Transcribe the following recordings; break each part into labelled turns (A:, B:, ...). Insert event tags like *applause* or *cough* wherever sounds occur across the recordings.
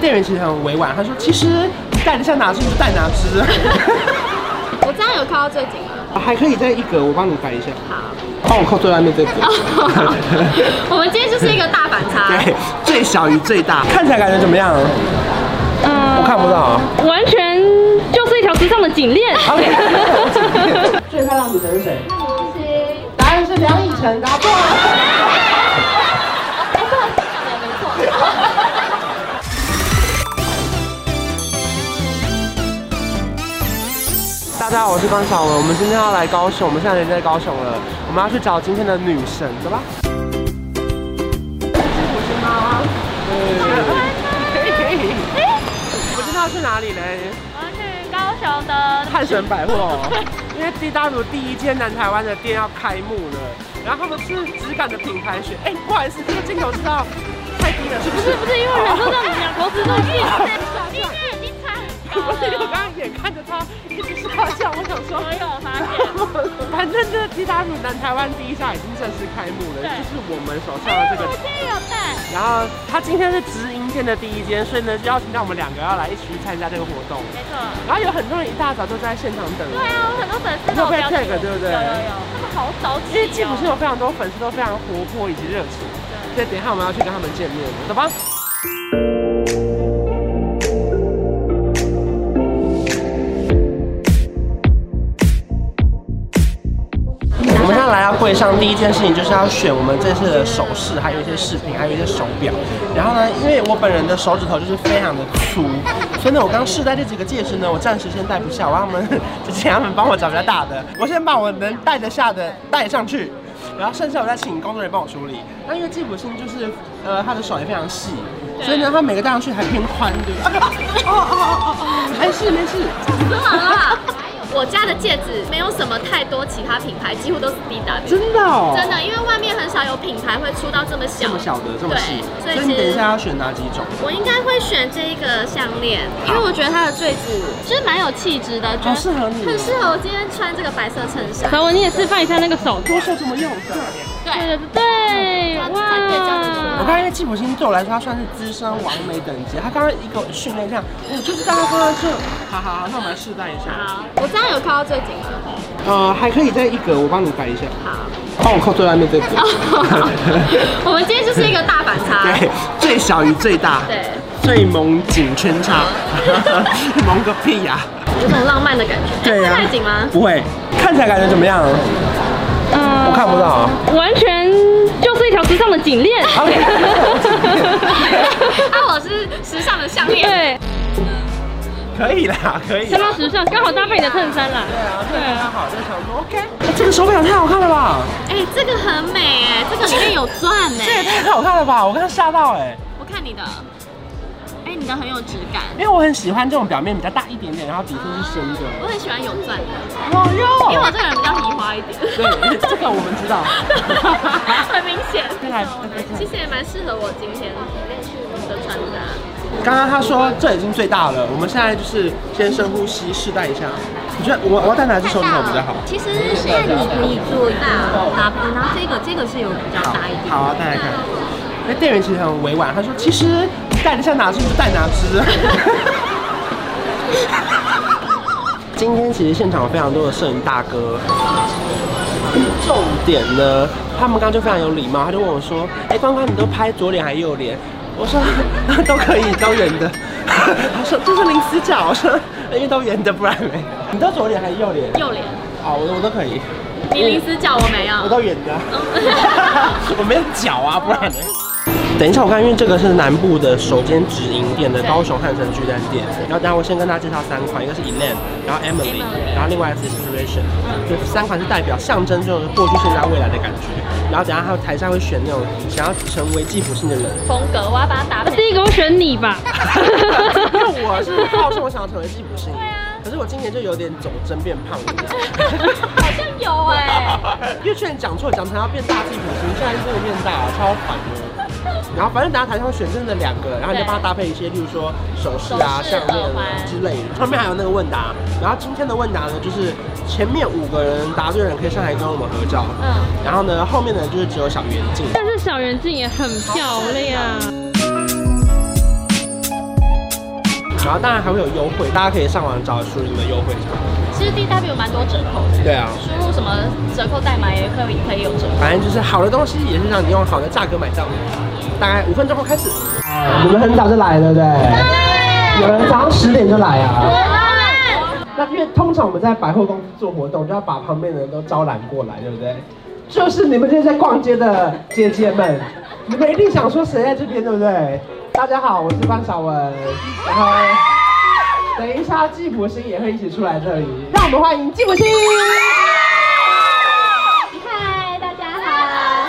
A: 店员其实很委婉，他说其实蛋想哪只就蛋哪只，
B: 我这样有扣到最紧
A: *laughs*
B: 吗？
A: 还可以再一格，我帮你改一下，
B: 好，
A: 帮我扣最外面 *laughs* 这格。
B: 我们今天就是一个大反
A: *laughs*
B: 差。
A: 对，最小与最大， *laughs* 看起来感觉怎么样？
C: 嗯，
A: 我看不到啊。
C: 完全就是一条时尚的颈
A: *laughs*
C: 链。 *laughs*
A: 最漂亮女神是谁？答案是梁以晨，答错了。 *laughs* 大家好，我是关晓雯，我们今天要来高雄，我们现在人在高雄了，我们要去找今天的女神，走吧。我今天要去哪里呢？
C: 我们去高雄的
A: 汉神百货、哦，因为 DW 第一间南台湾的店要开幕了，然后他们是质感的品牌选，哎、不好意思，这个镜头是到太低了，是不 *laughs*
C: 不
A: 是？
C: 是不是，因为忍住让你
A: 啊
C: 们两头直都进，
A: 因
C: 因为已经差很高
A: 不是，我
C: 了。
A: 刚刚眼看着他一直下降，我想说。
C: 我有发现，
A: 反正这个 DW 南台湾第一家已经正式开幕了，
C: 对
A: 就是我们手上的
C: 哎，
A: 这个
C: 我今天有带。
A: 然后他今天是直营店的第一间，所以呢就邀请到我们两个要来一起去参加这个活动。
C: 没错。
A: 然后有很多人一大早就在现场等
C: 对
A: 我。
C: 啊，我很多粉丝都有
A: 你有
C: 标记我
A: 被 tag 对不对
C: 有有有，他们好早起、哦。
A: 因为吉普是有非常多粉丝都非常活泼以及热情，所以等一下我们要去跟他们见面，走吧。我们现在来到柜上，第一件事情就是要选我们这次的首饰，还有一些饰品，还有一些手表。然后呢，因为我本人的手指头就是非常的粗，所以呢，我刚试戴这几个戒指呢，我暂时先戴不下，我让他们就请他们帮我找比较大的，我先把我能戴得下的戴上去，然后剩下我再请工作人员帮我处理。那因为吉普星就是呃，他的手也非常细，所以呢，他每个戴上去还偏宽，对吧？哦哦哦哦，没事没事。
B: 真的啦，啊我家的戒指没有什么太多其他品牌，几乎都是 DW。
A: 真的、哦，
B: 真的，因为外面很少有品牌会出到这么小。
A: 这么小的这么细，所
B: 对，所
A: 以
B: 以
A: 你等
B: 其
A: 一
B: 实
A: 下要选哪几种？
B: 我应该会选这一个项链，因为我觉得它的坠子就是蛮有气质的，觉
A: 好
B: 得
A: 适合你哦
B: 很适合我今天穿这个白色衬
A: *laughs*
B: 衫。
C: 小文，你也示范一下那个手势。
A: 多手怎么用的？
C: 对对对，
B: 样子
C: 哇
B: 才可以这样子出来
A: 我刚才吉普星对我来说，他算是资深完美等级。他刚刚一个训练这样，我就是大概放在这。好好好，那我们来试戴一下。
B: 好，我这样有扣到最紧
A: *laughs*
B: 吗？
A: 呃，还可以再一格，我帮你改一下。
B: 好，
A: 帮我扣最外面这格。 *laughs*
B: 我们今天就是一个大反差。
A: 对，最小与最大，
B: 对，
A: 最萌颈圈叉， *laughs* 萌个屁呀、
B: 就是很浪漫的感觉。
A: 对啊呀、
B: 会太紧吗？
A: 不会，看起来感觉怎么样？
C: 嗯，
A: 我看不到啊。
C: 完全就是一条时尚的颈链。
B: *laughs* 啊，我是时尚的项链。
C: 对，
A: 可以啦，可以
C: 相
A: 啦
C: 当。时尚，刚好搭配你的衬衫啦。
A: 对啊，对啊，好，这个想说 OK，、哎这个手表太好看了吧？
B: 哎、这个很美哎，这个里面有钻
A: 这也
B: 哎。
A: 太好看了吧！我刚刚吓到哎、
B: 我看你的，哎、你的很有质感。
A: 因为我很喜欢这种表面比较大一点点，然后底部是深的。
B: 我很喜欢有钻的，
A: 哦
B: 因为我
A: 哟，
B: 这个人比较移花一点。
A: 对，这个我们知道。
B: *laughs* 很明显
A: 再来再来再来
B: 其实也蛮适合我今天的穿搭。
A: 刚刚他说这已经最大了，我们现在就是先深呼吸，试戴一下。你觉得我我要戴哪只手指头比较好？
B: 其实是看你可以做到搭配，然后这个这个是有比较大一点。
A: 好啊，戴来看。那店员其实很委婉，他说其实戴得下哪只就戴哪只。 *laughs* 今天其实现场有非常多的摄影大哥，重点呢，他们刚刚就非常有礼貌，他就问我说：“哎、关关，你都拍左脸还右脸？”我说：“都可以，都圆的。” *laughs* 他说：“这是零死角。”我说：“因为都圆的，不然嘞。”你都左脸还是右脸？
B: 右脸，
A: 哦，我都我都可以，
B: 你零死角我没有
A: 我。都圆 *laughs* 的。
B: 嗯
A: 我没有脚啊，不然呢？等一下，我看，因为这个是南部的首间直营店的高雄汉神巨蛋店，然后等一下我先跟大家介绍三款，一个是 Elan，然后 Emily，然后另外一个是 Inspiration，就三款是代表象征就是过去、现在、未来的感觉。然后等一下还有台下会选那种想要成为季普性 *laughs* 的人，
B: 风格，我要把它搭配。
C: 第一个会选你吧
A: 因为我是号称我想要成为季普性，可是我今年就有点走针变胖了。 *laughs*
B: 好像有哎、
A: 因为去年讲错，讲成要变大地普星，现在真的变大了，超烦的。然后反正大家台上选真的两个，然后你就帮他搭配一些，例如说首饰啊、
B: 首饰
A: 项链
B: 耳
A: 啊
B: 环
A: 之类的。后面还有那个问答，然后今天的问答呢，就是前面五个人答对的人可以上来跟我们合照，
B: 嗯，
A: 然后呢后面呢就是只有小圆镜。
C: 但是小圆镜也很漂亮。
A: 然后当然还会有优惠，大家可以上网找属于你们优惠场。
B: 其实 D W 有蛮多折扣的，
A: 对啊，
B: 输入什么折扣代码也可以可以有折扣。
A: 反正就是好的东西也是让你用好的价格买到的。大概五分钟后开始。你们很早就来，对不对？有人早上十点就来啊。那因为通常我们在百货公司做活动，就要把旁边的人都招揽过来，对不对？就是你们这些在逛街的姐姐们，你们一定想说谁在这边，对不对？大家好，我是关少文，然后等一下季普星也会一起出来这里，让我们欢迎季普星。
B: 嗨，大家好。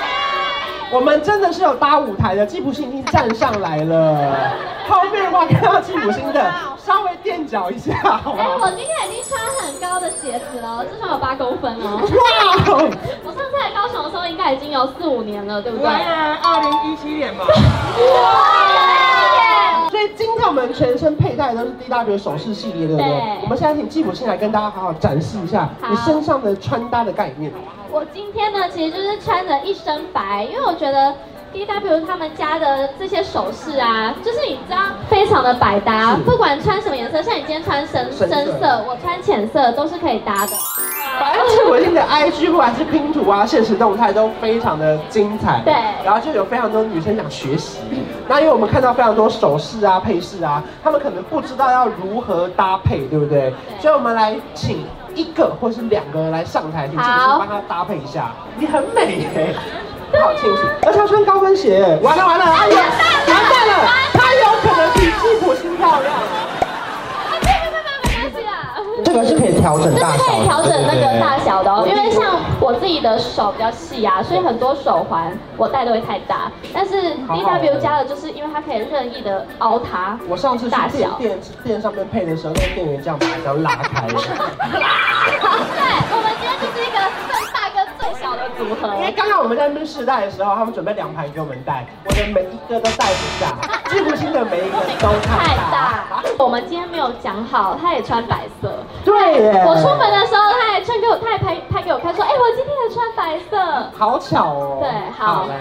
A: 我们真的是有搭舞台的，吉普星已经站上来了。后面的话看到吉普星的，稍微垫脚一下，好
D: 哎、
A: 吗？
D: 我今天已经穿很高的鞋子了，至少有八公分 *laughs* 哦。
A: 哇哦！
D: 我上次来高雄的时候，应该已经有四五年了，对不对？
A: 二零一七年吧。
D: 哇！
A: 所以今天我们全身佩戴的都是 D W 首饰系列，对不对？
D: 对
A: 我们现在请吉普星来跟大家好好展示一下
D: 好
A: 你身上的穿搭的概念。
D: 我今天呢，其实就是穿着一身白，因为我觉得 D W 他们家的这些首饰啊，就是你知道非常的百搭
A: 是，
D: 不管穿什么颜色，像你今天穿深
A: 深色
D: 深色，我穿浅色都是可以搭的。
A: 反正吉普星的 I G 不管是拼图啊、现实动态都非常的精彩。
D: 对
A: 然后就有非常多女生想学习。那因为我们看到非常多首饰啊、配饰啊，她们可能不知道要如何搭配，对不对？所以我们来请一个或是两个人来上台，请吉普星
D: 好
A: 帮她搭配一下。你很美
D: *laughs*
A: 耶、好清楚，而且她穿高跟鞋耶、完了完了，
D: *laughs*
A: 哎呀，完蛋了，她有可能比吉普星漂亮。
D: 啊，没有没有 *laughs* 没有没关系啦。
A: 这个是可以调整
D: 这
A: 大
D: *laughs*
A: 小
D: 是
A: 的，
D: 可以调整
A: 对
D: 那
A: 不
D: 个
A: 对
D: 大小的哦，因为像我自己的手比较细啊，所以很多手环我戴都会太大。但是
A: 好好
D: DW 加的就是因为它可以任意的凹它，
A: 我上次去
D: 大
A: 店
D: 小。
A: 店店上面配的时候，那个店员这样把它拉开了，
D: 对，我们今天就是一个最大跟最小的组合
A: 因。为刚刚我们在那边试戴的时候，他们准备两盘给我们戴，我的每一个都戴不下，季福星的每一个都太
D: 太
A: 大
D: 大。，我们今天没有讲好，他也穿白色。
A: 对耶，
D: 我出门的时候，他还穿给我，他还拍拍给我看，说：“哎，我今天也穿白色。
A: 好巧哦。
D: 对好
A: 来，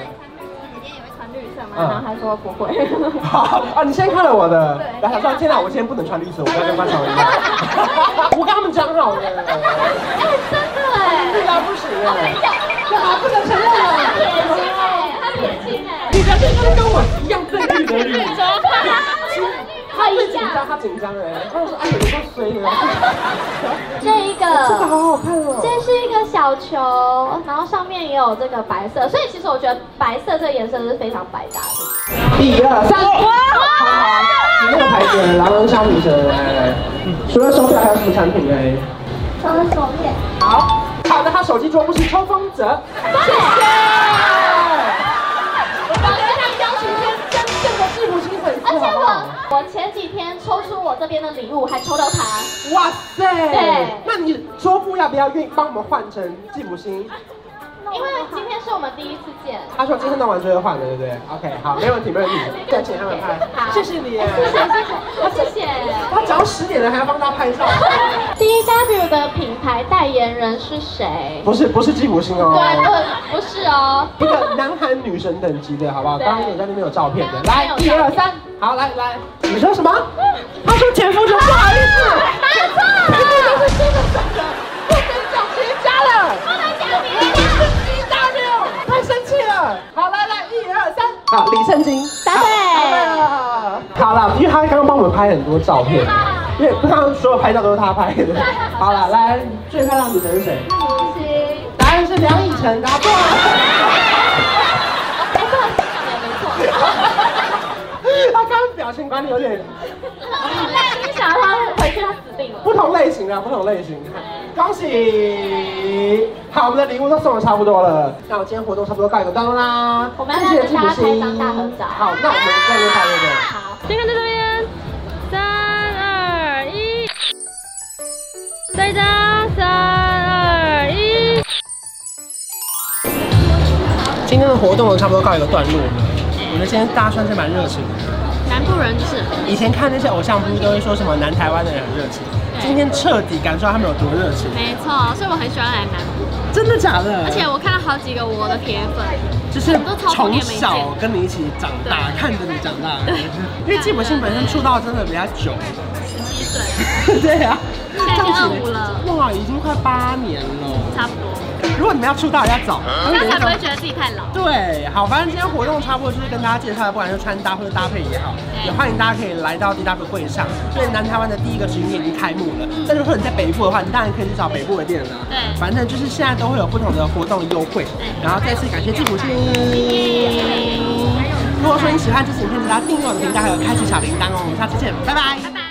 D: 穿绿色吗？
A: 嗯
D: 然后他说不会。
A: 好啊，你先看了我的，然后他说
D: 对
A: 天哪，我今天不能穿绿色，我要跟班长一样。
D: *laughs*
A: 我跟他们讲好了，
D: 哎，真的 *laughs* 哎。
A: 绿啊不行
D: 我跟
A: 哎，
D: 你讲，
A: 啊不能承认
D: 他
A: 啊，
D: 撇清哎，他撇清哎。
A: 你的这就是跟我一样最绿的绿。
D: 他
A: 他
D: 一
A: 最紧
D: 下
A: 张，他紧张哎，他就说哎，你够衰的。
D: 这一
A: 这个
D: 个，
A: 好好看哦。
D: 这是一个小球，然后上面也有这个白色，所以其实我觉得白色这个颜色是非常百搭的。
A: 一二三，哇！好好，你那个牌子，然后橡皮绳，来来。除了手表还有什么产品呢？
D: 双手面，
A: 好，好的，他手机桌布是抽风者。
D: 谢谢。
A: 我把这张邀请先真正的制服新粉
D: 而
A: 丝，
D: 且
A: 好不好？
D: 我我前几天抽出我这边的礼物，还抽到它。
A: 哇塞
D: 对！
A: 那你桌布要不要愿意帮我们换成制服星？
D: 因为今天是我们第一次见，
A: 他说今天弄完就会换的，对不对？OK，好，没问题，没问题。再请他们拍，
D: 好
A: 谢谢你耶。
D: 谢谢谢谢我谢谢。
A: 他早十点了还要帮他拍照。
D: D W 的品牌代言人是谁？
A: 不是不是季福星哦，
D: 对，不不是哦，
A: 一个男韩女神等级的好不好？
D: 对
A: 刚刚有在那边有照片的，来
D: 有
A: 一
D: 照片
A: 二三，好来来，你说什么？他说前夫就不好意思，
D: 答错了
A: 前夫就是这个三个，不能讲谁家了，
D: 不能讲名字。
A: 一大六，太生气了。好来来一二三，好李圣经，
D: 答对。
A: 对，好了，因为他刚刚帮我们拍很多照片，因为刚刚所有拍照都是他拍的。好了，来最漂亮女神是谁？答案是梁以晨，答错了。
D: 哎，不好意思，讲的也没错。
A: *laughs* 他刚刚表情管理有
D: *laughs*
A: 点
D: 心想他回去他死定了。
A: 不同类型啊，不同类型。恭喜！好，我们的礼物都送的差不多了，那我今天活动差不多告一个段落啦。
D: 我们要再跟大家拍一张大合照
A: 好，那我们在这拍对不对？
D: 好，
C: 先看在这边，三二一，再一张，三二一。
A: 今天的活动差不多告一个段落了。我觉得今天大家算是蛮热情的。
B: 南部人就是
A: 以前看那些偶像剧都会说什么南台湾的人很热情，今天彻底感受到他们有多热情。
B: 没错，所以我很喜欢来南部，
A: 真的假的？
B: 而且我看到好几个我的铁粉，
A: 就是
B: 都超多
A: 从
B: 年没见
A: 小跟你一起长大，看着你长大的
B: *laughs*
A: 感觉，因为基本性本身出道真的比较久，
B: 十七岁，
A: *laughs* 对呀、啊，
B: 现在已经二五了，
A: 哇，已经快八年了。
B: 差不多，
A: 如果你们要出道要早，
B: 这样才不会觉得自己太老。
A: 对，好，反正今天活动差不多就是跟大家介绍，不管是穿搭或者搭配也好，也欢迎大家可以来到 DW 柜上。所以南台湾的第一个直营店已经开幕了，但如果你在北部的话，你当然可以去找北部的店啦。
B: 对
A: 反正就是现在都会有不同的活动优惠。然后再次感谢季普星。如果说你喜欢这次影片，记得要订阅我的频道，还有开启小铃铛哦。我们下次见，拜拜。
B: 拜拜。